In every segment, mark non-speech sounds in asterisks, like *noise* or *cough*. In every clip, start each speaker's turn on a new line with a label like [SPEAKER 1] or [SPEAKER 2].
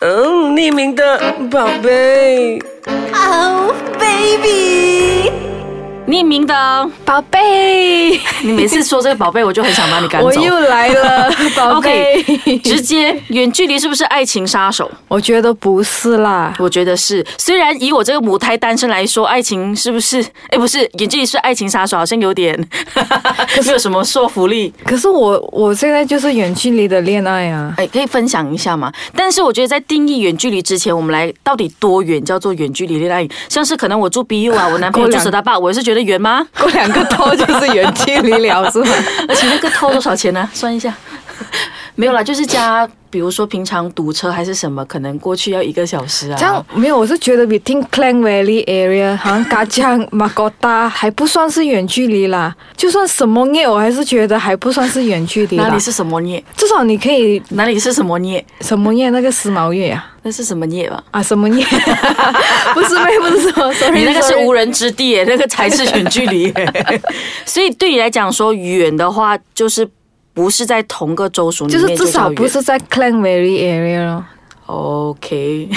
[SPEAKER 1] 嗯
[SPEAKER 2] 匿名的宝贝，
[SPEAKER 1] 哦、baby，
[SPEAKER 3] 匿名的哦，
[SPEAKER 1] 宝贝，
[SPEAKER 3] 你每次说这个宝贝，我就很想把你赶走。
[SPEAKER 1] 我又来
[SPEAKER 3] *laughs*
[SPEAKER 1] 了，宝贝
[SPEAKER 3] OK，直接远距离是不是爱情杀手？
[SPEAKER 1] 我觉得不是啦，
[SPEAKER 3] 我觉得是。虽然以我这个母胎单身来说，爱情是不是？哎，不是，远距离是爱情杀手，好像有点没有什么说服力。
[SPEAKER 1] 可是我我现在就是远距离的恋爱啊，
[SPEAKER 3] 哎，可以分享一下嘛？但是我觉得在定义远距离之前，我们来到底多远叫做远距离恋爱？像是可能我住 BU 啊，我男朋友住
[SPEAKER 1] 够两
[SPEAKER 3] 十大坝，我是觉得远吗？
[SPEAKER 1] 过两个多就是远距离了，
[SPEAKER 3] *laughs*
[SPEAKER 1] 是吗？
[SPEAKER 3] 而且那个偷多少钱呢、 *laughs* 算一下，没有啦，就是加，比如说平常堵车还是什么，可能过去要一个小时啊。
[SPEAKER 1] 这样没有，我是觉得 between Klang Valley area 好像 k a j a *laughs* n g m a k o t a 还不算是远距离啦，就算什么夜，我还是觉得还不算是远距离
[SPEAKER 3] 哪
[SPEAKER 1] 啦
[SPEAKER 3] 里。是什么孽？
[SPEAKER 1] 至少你可以
[SPEAKER 3] 哪里是什么孽？
[SPEAKER 1] 什么夜那个思茅月啊
[SPEAKER 3] 那是什么孽吧？
[SPEAKER 1] 啊什么夜， *laughs* 不是妹不是什么，sorry，
[SPEAKER 3] 你那个是
[SPEAKER 1] sorry
[SPEAKER 3] 无人之地耶，那个才是远
[SPEAKER 1] *laughs*
[SPEAKER 3] 距离耶。所以对你来讲说远的话，就是不是在同个州属里
[SPEAKER 1] 就
[SPEAKER 3] 面
[SPEAKER 1] 是至
[SPEAKER 3] 叫
[SPEAKER 1] 少
[SPEAKER 3] 远
[SPEAKER 1] 不是在 Klang Valley area 咯。
[SPEAKER 3] OK，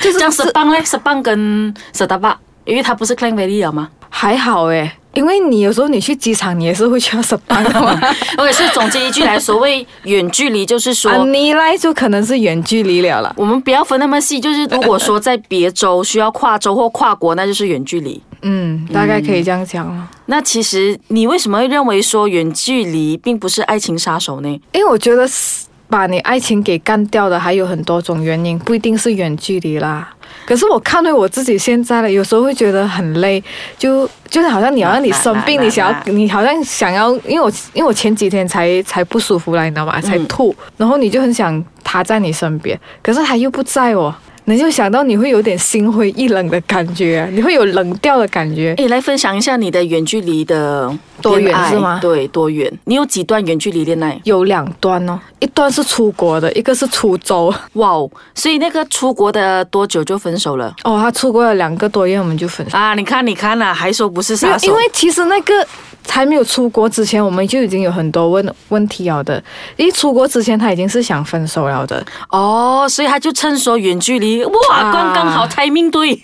[SPEAKER 1] 就是
[SPEAKER 3] 这样
[SPEAKER 1] 是
[SPEAKER 3] 十磅嘞，十磅跟十大坝，因为它不是 Clan Valley
[SPEAKER 1] *laughs*
[SPEAKER 3] 了吗？
[SPEAKER 1] 还好诶，因为你有时候你去机场，你也是会去到十八的嘛。
[SPEAKER 3] *laughs* OK，所以总结一句来，所谓远距离就是说。
[SPEAKER 1] 安妮啊来就可能是远距离了啦。
[SPEAKER 3] 我们不要分那么细，就是如果说在别州需要跨州或跨国，那就是远距离。
[SPEAKER 1] 嗯，大概可以这样讲了。
[SPEAKER 3] 那其实你为什么会认为说远距离并不是爱情杀手呢？
[SPEAKER 1] 因为我觉得是把你爱情给干掉的还有很多种原因，不一定是远距离啦。可是我看回我自己现在了，有时候会觉得很累，就就是好像你好像你生病，
[SPEAKER 3] 啦啦啦
[SPEAKER 1] 你想要
[SPEAKER 3] 啦
[SPEAKER 1] 你好像想要，因为我因为我前几天才才不舒服来，你知道吗？才吐，然后你就很想他在你身边，可是他又不在哦。你就想到你会有点心灰意冷的感觉，你会有冷掉的感觉。
[SPEAKER 3] 哎，来分享一下你的远距离的
[SPEAKER 1] 多远
[SPEAKER 3] 恋爱
[SPEAKER 1] 是吗
[SPEAKER 3] 对，多远？你有几段远距离恋爱？
[SPEAKER 1] 有两端哦，一端是出国的，一个是出州。
[SPEAKER 3] 哇哦！所以那个出国的多久就分手了
[SPEAKER 1] 哦，他出国了两个多月，我们就分手。
[SPEAKER 3] 啊？你看，你看啦、还说不是
[SPEAKER 1] 没有
[SPEAKER 3] 杀，手？
[SPEAKER 1] 因为其实那个还没有出国之前，我们就已经有很多问问题了的。一出国之前，他已经是想分手了的，
[SPEAKER 3] 哦，所以他就趁说远距离，哇，
[SPEAKER 1] 啊
[SPEAKER 3] 刚刚好 timing 对。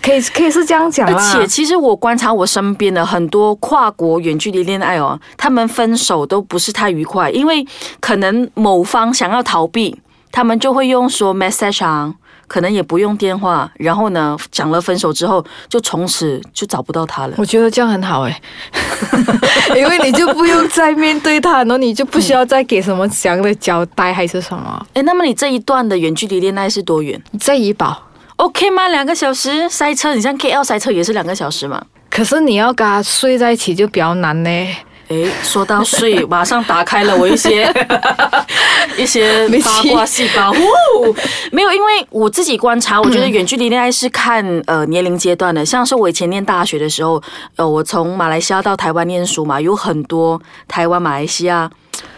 [SPEAKER 1] 可以可以是这样讲
[SPEAKER 3] 而
[SPEAKER 1] 啦。
[SPEAKER 3] 且，其实我观察我身边的很多跨国远距离恋爱哦，他们分手都不是太愉快，因为可能某方想要逃避，他们就会用说 message 啊，可能也不用电话，然后呢，讲了分手之后，就从此就找不到他了。
[SPEAKER 1] 我觉得这样很好哎、 *laughs* 因为你就不用再面对他，然后你就不需要再给什么这样的交代还是什么。
[SPEAKER 3] 哎，那么你这一段的远距离恋爱是多远
[SPEAKER 1] 嗯在怡保，
[SPEAKER 3] ？OK 吗？两个小时塞车，你像 KL 塞车也是两个小时嘛？
[SPEAKER 1] 可是你要跟他睡在一起就比较难呢。
[SPEAKER 3] 诶，说到睡，马上打开了我一 *laughs* 些一些
[SPEAKER 1] 没
[SPEAKER 3] 八
[SPEAKER 1] 气
[SPEAKER 3] 卦细胞。呜，没有，因为我自己观察，我觉得远距离恋爱是看呃年龄阶段的。像是我以前念大学的时候，呃，我从马来西亚到台湾念书嘛，有很多台湾、马来西亚。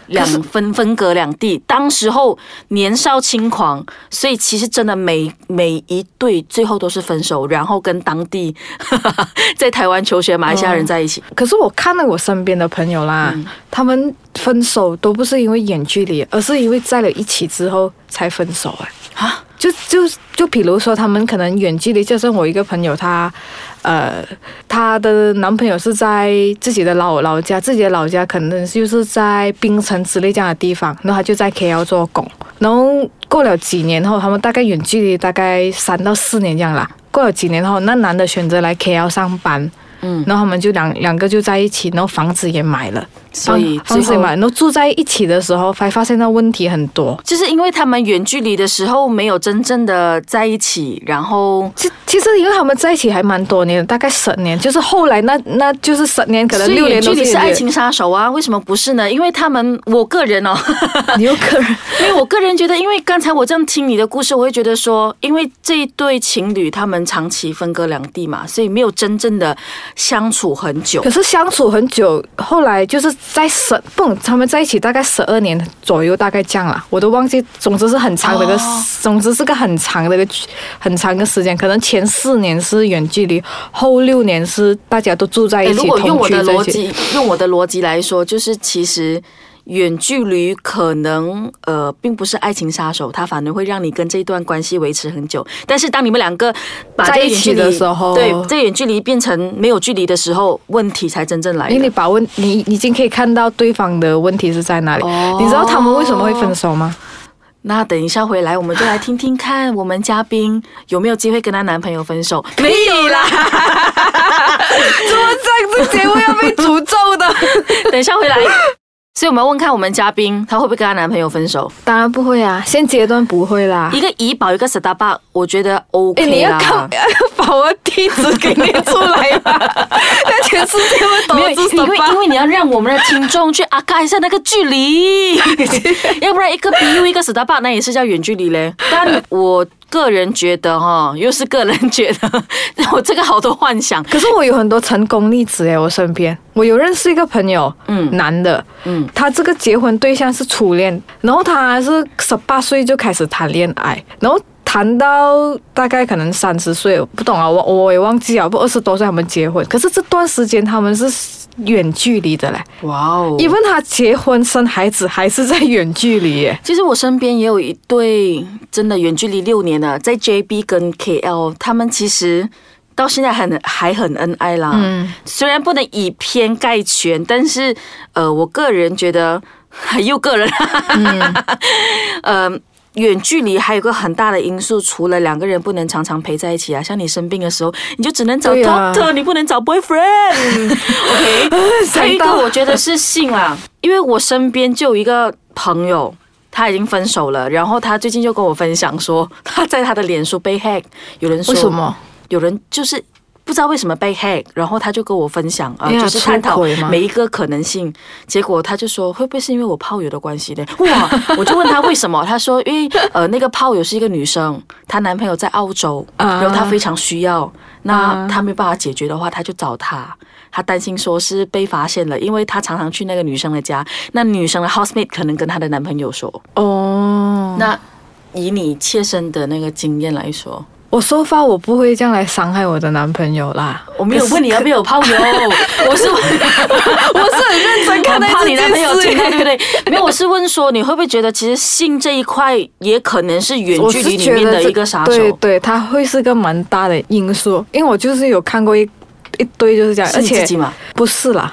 [SPEAKER 3] 两分分隔两地，当时候年少轻狂，所以其实真的每每一对最后都是分手，然后跟当地 *laughs* 在台湾求学马来西亚人在一起。
[SPEAKER 1] 可是我看了我身边的朋友啦，他们分手都不是因为远距离，而是因为在了一起之后才分手哎、
[SPEAKER 3] 啊，
[SPEAKER 1] 就就就比如说，他们可能远距离，就像我一个朋友，她，呃，她的男朋友是在自己的老老家，自己的老家可能就是在槟城之类这样的地方，然后她就在 KL 做工，然后过了几年后，他们大概远距离大概三到四年这样啦。过了几年后，那男的选择来 KL 上班，嗯，然后他们就两两个就在一起，然后房子也买了，
[SPEAKER 3] 所以
[SPEAKER 1] 房房子
[SPEAKER 3] 最
[SPEAKER 1] 也
[SPEAKER 3] 后
[SPEAKER 1] 买，然后住在一起的时候，才发现到问题很多。
[SPEAKER 3] 就是因为他们远距离的时候没有真正的在一起，然后
[SPEAKER 1] 其其实因为他们在一起还蛮多年的，大概十年，就是后来那那就是十年，可能
[SPEAKER 3] 所以
[SPEAKER 1] 六年
[SPEAKER 3] 远距
[SPEAKER 1] 都
[SPEAKER 3] 离是
[SPEAKER 1] 远
[SPEAKER 3] 爱情杀手啊？为什么不是呢？因为他们，我个人 *laughs* 哦，
[SPEAKER 1] 的，你有可能
[SPEAKER 3] 因为我个人觉得，因为刚才我这样听你的故事，我会觉得说，因为这一对情侣他们长期分隔两地嘛，所以没有真正的相处很久
[SPEAKER 1] 可。是相处很久，后来就是在十不，他们在一起大概十二年左右，大概这样啦，我都忘记，总之是很长的一个，
[SPEAKER 3] 哦
[SPEAKER 1] 总之是个很长的一个很长的时间，可能前四年是远距离，后六年是大家都住在
[SPEAKER 3] 诶
[SPEAKER 1] 一起，
[SPEAKER 3] 哎 *laughs* 如果用
[SPEAKER 1] 同
[SPEAKER 3] 我
[SPEAKER 1] 居
[SPEAKER 3] 的
[SPEAKER 1] 在一
[SPEAKER 3] 逻
[SPEAKER 1] 起。
[SPEAKER 3] 辑，用我的逻辑来说，就是其实远距离可能呃并不是爱情杀手，它反而会让你跟这段关系维持很久。但是当你们两个把
[SPEAKER 1] 在
[SPEAKER 3] 这个
[SPEAKER 1] 一
[SPEAKER 3] 远
[SPEAKER 1] 起
[SPEAKER 3] 距离
[SPEAKER 1] 的时候
[SPEAKER 3] 对这个远距离变成没有距离的时候，问题才真正来
[SPEAKER 1] 因为你
[SPEAKER 3] 的。
[SPEAKER 1] 把问你已经可以看到对方的问题是在哪里。
[SPEAKER 3] 哦
[SPEAKER 1] 你知道他们为什么会分手吗？
[SPEAKER 3] 那等一下回来，我们就来听听看，我们嘉宾有没有机会跟她男朋友分手？ *laughs* *laughs* 没有啦。
[SPEAKER 1] *laughs* 怎么这样？这节目要被诅咒的？
[SPEAKER 3] *laughs* 等一下回来。所以我们要问看我们嘉宾，她会不会跟她男朋友分手？
[SPEAKER 1] 当然不会啊，现阶段不会啦。
[SPEAKER 3] 一个怡宝，一个 s t a r b u c 我觉得
[SPEAKER 1] 啊哎，你
[SPEAKER 3] OK
[SPEAKER 1] 要
[SPEAKER 3] 啦。
[SPEAKER 1] 看， *laughs* 把我地址给念出来
[SPEAKER 3] *laughs*
[SPEAKER 1] 吧，那全世界会懂
[SPEAKER 3] 没有，
[SPEAKER 1] 我
[SPEAKER 3] 因
[SPEAKER 1] 是什
[SPEAKER 3] 为因
[SPEAKER 1] 么。
[SPEAKER 3] 为你要让我们的听众去啊看一下那个距 *laughs* 离，要不然一个 BU 一个 s t a r b u c 那也是叫远距离嘞。但我个人觉得哈，又是个人觉得， *laughs* 我这个好多幻想。
[SPEAKER 1] 可是我有很多成功例子诶，我身边我有认识一个朋友，
[SPEAKER 3] 嗯
[SPEAKER 1] 男的，
[SPEAKER 3] 嗯，
[SPEAKER 1] 他这个结婚对象是初恋，然后他是十八岁就开始谈恋爱，然后谈到大概可能三十岁，不懂啊，我我也忘记了，不二十多岁他们结婚，可是这段时间他们是远距离的嘞，
[SPEAKER 3] 哇哦
[SPEAKER 1] 因为他结婚生孩子还是在远距离耶。
[SPEAKER 3] 其实我身边也有一对真的远距离六年的，在 JB 跟 KL，他们其实到现在很还很恩爱啦。
[SPEAKER 1] 嗯，
[SPEAKER 3] 虽然不能以偏概全，但是呃，我个人觉得 *laughs* 又个人，
[SPEAKER 1] 嗯
[SPEAKER 3] *laughs* 呃。远距离还有个很大的因素，除了两个人不能常常陪在一起啊，像你生病的时候，你就只能找
[SPEAKER 1] 对啊
[SPEAKER 3] doctor，、你不能
[SPEAKER 1] *laughs*
[SPEAKER 3] 找 boyfriend。OK，还有一
[SPEAKER 1] 想
[SPEAKER 3] 个
[SPEAKER 1] 到
[SPEAKER 3] 我觉得是性啦，因为我身边就有一个朋友，他已经分手了，然后他最近就跟我分享说，他在他的脸书被 hack，有人说
[SPEAKER 1] 为什？么？
[SPEAKER 3] 有人就是。不知道为什么被 hack，然后他就跟我分享啊、
[SPEAKER 1] 哎呀
[SPEAKER 3] 就是探讨
[SPEAKER 1] 出轨吗
[SPEAKER 3] 每一个可能性。结果他就说，会不会是因为我炮友的关系呢？
[SPEAKER 1] *laughs*
[SPEAKER 3] 哇！我就问他为什么，他说因为呃那个炮友是一个女生，她男朋友在澳洲，
[SPEAKER 1] 啊
[SPEAKER 3] 然后她非常需要，那她没办法解决的话，她就找他。她担心说是被发现了，因为她常常去那个女生的家，那女生的 housemate 可能跟她的男朋友说。
[SPEAKER 1] 哦，
[SPEAKER 3] 那以你切身的那个经验来说，
[SPEAKER 1] 我收发我不会这样来伤害我的男朋友啦。
[SPEAKER 3] 我没有问你要不要有泡 *laughs* 友，我是我
[SPEAKER 1] 是很认真看待
[SPEAKER 3] 怕你
[SPEAKER 1] 这件
[SPEAKER 3] 男朋友
[SPEAKER 1] 事
[SPEAKER 3] 听到对不对？没有，我是问说你会不会觉得其实性这一块也可能是远
[SPEAKER 1] 我
[SPEAKER 3] 距
[SPEAKER 1] 是
[SPEAKER 3] 离里
[SPEAKER 1] 觉
[SPEAKER 3] 面
[SPEAKER 1] 得
[SPEAKER 3] 的
[SPEAKER 1] 这
[SPEAKER 3] 一
[SPEAKER 1] *laughs*
[SPEAKER 3] 个杀
[SPEAKER 1] 对
[SPEAKER 3] 手，
[SPEAKER 1] 对，它会是个蛮大的因素，因为我就是有看过一一堆就是这样，
[SPEAKER 3] 是
[SPEAKER 1] 而
[SPEAKER 3] 你自
[SPEAKER 1] 且
[SPEAKER 3] 己嘛
[SPEAKER 1] 不是啦，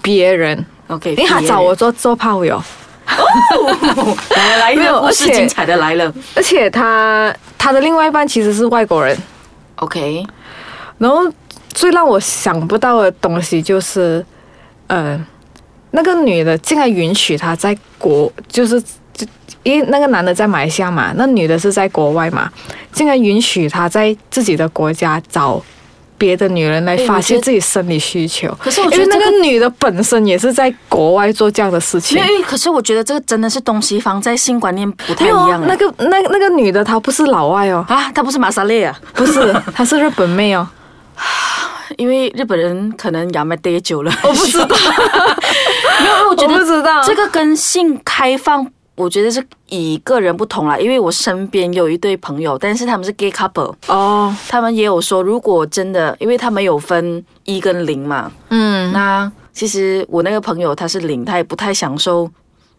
[SPEAKER 1] 别人，
[SPEAKER 3] ？OK，
[SPEAKER 1] 因为他
[SPEAKER 3] 别人
[SPEAKER 1] 找我，做做炮友，
[SPEAKER 3] 来来来，
[SPEAKER 1] 没
[SPEAKER 3] 一
[SPEAKER 1] 有
[SPEAKER 3] 个故事
[SPEAKER 1] 而且
[SPEAKER 3] 精彩的来了。
[SPEAKER 1] 而且他他的另外一半其实是外国人，
[SPEAKER 3] OK，
[SPEAKER 1] 然后最让我想不到的东西就是，呃，那个女的竟然允许他在国，就是就因为那个男的在马来西亚嘛，那女的是在国外嘛，竟然允许他在自己的国家找。别的女人来
[SPEAKER 3] 哎
[SPEAKER 1] 发
[SPEAKER 3] 我觉
[SPEAKER 1] 泄
[SPEAKER 3] 得
[SPEAKER 1] 自己生理需求，
[SPEAKER 3] 可是我觉
[SPEAKER 1] 因
[SPEAKER 3] 得
[SPEAKER 1] 为哎那
[SPEAKER 3] 这个
[SPEAKER 1] 个女的本身也是在国外做这样的事情
[SPEAKER 3] 没有，，因为可是我觉得这个真的是东西方在性观念不太
[SPEAKER 1] 没
[SPEAKER 3] 一
[SPEAKER 1] 有啊
[SPEAKER 3] 样。
[SPEAKER 1] 那个那那个女的她不是老外哦，
[SPEAKER 3] 啊，他不是马萨列啊， *laughs*
[SPEAKER 1] 不是，她是日本妹哦，
[SPEAKER 3] 因为日本人可能亚麻待久了，
[SPEAKER 1] 我不知道，
[SPEAKER 3] *laughs* 没有，因为我觉
[SPEAKER 1] *laughs* 我
[SPEAKER 3] 得
[SPEAKER 1] 不知道
[SPEAKER 3] 这个跟性开放，我觉得是以个人不同啦。因为我身边有一对朋友，但是他们是 gay couple，
[SPEAKER 1] 哦，
[SPEAKER 3] 他们也有说，如果真的，因为他们有分一跟零嘛，
[SPEAKER 1] 嗯，
[SPEAKER 3] 那其实我那个朋友他是零，他也不太享受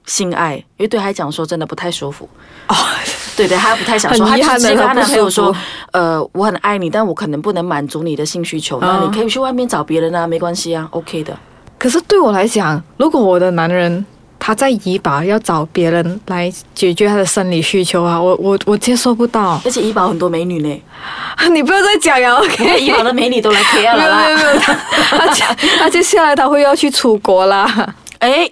[SPEAKER 3] 性爱，因为对他来讲说真的不太舒服。
[SPEAKER 1] 哦，
[SPEAKER 3] 对对，他不太想说，
[SPEAKER 1] 很遗憾
[SPEAKER 3] 只
[SPEAKER 1] 的
[SPEAKER 3] 是跟他
[SPEAKER 1] 他
[SPEAKER 3] 男
[SPEAKER 1] 不舒服
[SPEAKER 3] 朋友说，呃，我很爱你，但我可能不能满足你的性需求，那
[SPEAKER 1] 嗯
[SPEAKER 3] 你可以去外面找别人啊，没关系啊，OK 的。
[SPEAKER 1] 可是对我来讲，如果我的男人他在怡保要找别人来解决他的生理需求啊，我我我接受不到。
[SPEAKER 3] 而且怡保很多美女呢，
[SPEAKER 1] *laughs* 你不要再讲了，OK？
[SPEAKER 3] 怡保的美女都来 K
[SPEAKER 1] 没
[SPEAKER 3] L
[SPEAKER 1] 有
[SPEAKER 3] 了
[SPEAKER 1] 没
[SPEAKER 3] 啦
[SPEAKER 1] 有。没有，他他接他接下来他会要去出国啦。 *laughs*
[SPEAKER 3] 哎，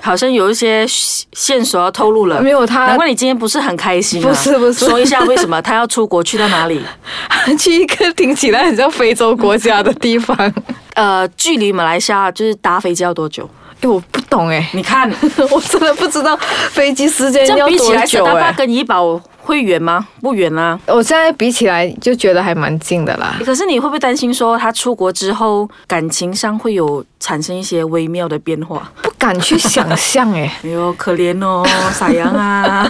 [SPEAKER 3] 好像有一些线索要透露了。
[SPEAKER 1] 没有他
[SPEAKER 3] 难怪你今天不是很开心、啊。
[SPEAKER 1] 不是不是
[SPEAKER 3] 说一下为什么他要出国，去到哪
[SPEAKER 1] *laughs*
[SPEAKER 3] 里？
[SPEAKER 1] 去一个听起来很像非洲国家的地方。 *laughs* 哎，
[SPEAKER 3] 呃，距离马来西亚就是搭飞机要多久？
[SPEAKER 1] 我不懂哎、
[SPEAKER 3] 你看，
[SPEAKER 1] *laughs* 我真的不知道飞机时间
[SPEAKER 3] *laughs* 这
[SPEAKER 1] 要
[SPEAKER 3] 样比起
[SPEAKER 1] 多
[SPEAKER 3] 来，
[SPEAKER 1] 久
[SPEAKER 3] 大
[SPEAKER 1] 哎、
[SPEAKER 3] 坝跟怡保会远吗？不远啦、
[SPEAKER 1] 我现在比起来就觉得还蛮近的啦。
[SPEAKER 3] 可是你会不会担心说他出国之后感情上会有产生一些微妙的变化？
[SPEAKER 1] 不敢去想象哎、
[SPEAKER 3] 哎呦，可怜
[SPEAKER 1] *laughs*
[SPEAKER 3] 哦，傻羊啊！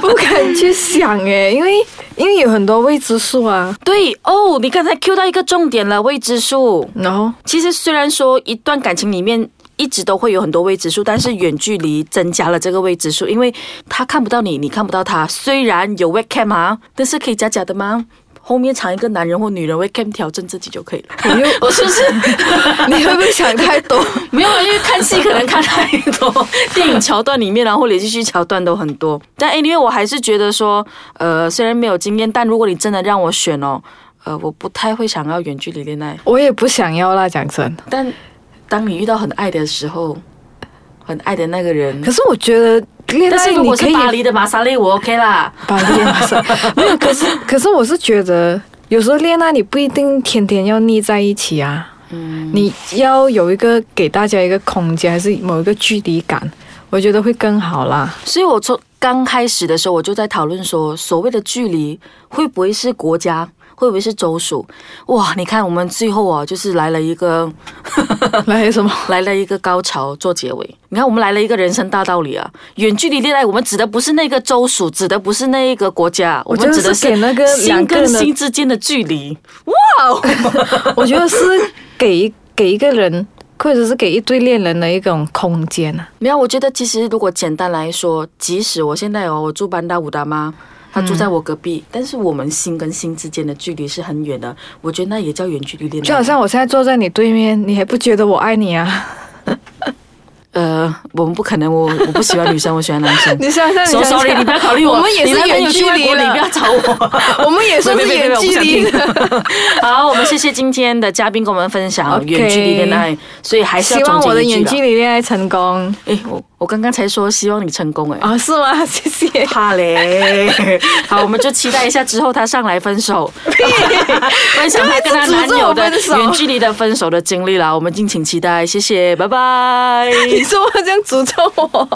[SPEAKER 1] 不敢去想哎、因为因为有很多未知数啊。
[SPEAKER 3] 对哦，你刚才 Q 到一个重点了，未知数。
[SPEAKER 1] 然后
[SPEAKER 3] 其实虽然说一段感情里面一直都会有很多未知数，但是远距离增加了这个未知数，因为他看不到你，你看不到他。虽然有 webcam 啊，但是可以假假的吗？后面藏一个男人或女人 webcam 调整自己就可以了。 *laughs* 我是不是？
[SPEAKER 1] *laughs* 你会不会想太多？
[SPEAKER 3] 没有，因为看戏可能看太多，电影桥段里面，然后连续剧桥段都很多。但 anyway，我还是觉得说，呃，虽然没有经验，但如果你真的让我选哦，呃，我不太会想要远距离恋爱。
[SPEAKER 1] 我也不想要啦，讲真。
[SPEAKER 3] 但当你遇到很爱的时候，很爱的那个人，
[SPEAKER 1] 可是我觉得恋
[SPEAKER 3] 但
[SPEAKER 1] 爱
[SPEAKER 3] 是如
[SPEAKER 1] 你
[SPEAKER 3] 果
[SPEAKER 1] 可
[SPEAKER 3] 是
[SPEAKER 1] 以
[SPEAKER 3] 巴黎的玛莎丽，我 OK 啦。
[SPEAKER 1] 把恋爱上没有，可是 *laughs* 可是我是觉得，有时候恋爱你不一定天天要腻在一起啊，
[SPEAKER 3] 嗯
[SPEAKER 1] 你要有一个给大家一个空间，还是某一个距离感，我觉得会更好
[SPEAKER 3] *laughs*
[SPEAKER 1] 啦。
[SPEAKER 3] 所以我从刚开始的时候，我就在讨论说，所谓的距离会不会是国家，会不会是州属？哇，你看我们最后啊，就是来了一个
[SPEAKER 1] 那还有什么？
[SPEAKER 3] 来了一个高潮做结尾。你看，我们来了一个人生大道理啊！远距离恋爱，我们指的不是那个州属，指的不是那一个国家，我
[SPEAKER 1] 我觉
[SPEAKER 3] 们
[SPEAKER 1] 得
[SPEAKER 3] 指的
[SPEAKER 1] 是给那个
[SPEAKER 3] 心
[SPEAKER 1] 两个
[SPEAKER 3] 跟
[SPEAKER 1] 人的
[SPEAKER 3] 心之间的距离。哦
[SPEAKER 1] 我觉得是给给一个人，或者是给一对恋人的一种空间啊。
[SPEAKER 3] 没有，我觉得其实如果简单来说，即使我现在哦，我住班达武大妈，她住在我隔壁，但是我们心跟心之间的距离是很远的，我觉得那也叫远距离恋
[SPEAKER 1] *laughs*
[SPEAKER 3] 爱。
[SPEAKER 1] 就啊好像我现在坐在你对面，你还不觉得我爱你啊？
[SPEAKER 3] 呃，我们不可能，我我不喜欢女生，我喜欢男
[SPEAKER 1] *laughs*
[SPEAKER 3] 生。
[SPEAKER 1] 你想想，你
[SPEAKER 3] So
[SPEAKER 1] 想想
[SPEAKER 3] sorry，你不要考虑我，
[SPEAKER 1] 我们也
[SPEAKER 3] 你
[SPEAKER 1] 是
[SPEAKER 3] 男朋
[SPEAKER 1] 远
[SPEAKER 3] 友去
[SPEAKER 1] 距
[SPEAKER 3] 外
[SPEAKER 1] 离
[SPEAKER 3] 国你不要
[SPEAKER 1] 了，
[SPEAKER 3] 找我。
[SPEAKER 1] 我们 *laughs* 也算是
[SPEAKER 3] 别别
[SPEAKER 1] 远
[SPEAKER 3] 别别我不
[SPEAKER 1] 距
[SPEAKER 3] 想
[SPEAKER 1] 离
[SPEAKER 3] 听
[SPEAKER 1] 的。
[SPEAKER 3] *laughs* 好，我们谢谢今天的嘉宾跟我们分享
[SPEAKER 1] OK
[SPEAKER 3] 远距离恋爱，所以还是要
[SPEAKER 1] 希望
[SPEAKER 3] 总
[SPEAKER 1] 我的
[SPEAKER 3] 结一句
[SPEAKER 1] 远
[SPEAKER 3] 啦
[SPEAKER 1] 距。离恋爱成功
[SPEAKER 3] 哎，我我刚刚才说希望你成功哎。
[SPEAKER 1] 啊？是吗？谢谢。
[SPEAKER 3] 怕嘞，好，我们就期待一下之后他上来分手，分享他跟他男友的
[SPEAKER 1] 诅咒我分手
[SPEAKER 3] 远距离的分手的经历啦，我们敬请期待，谢谢，拜拜。
[SPEAKER 1] 你说我这样诅咒我？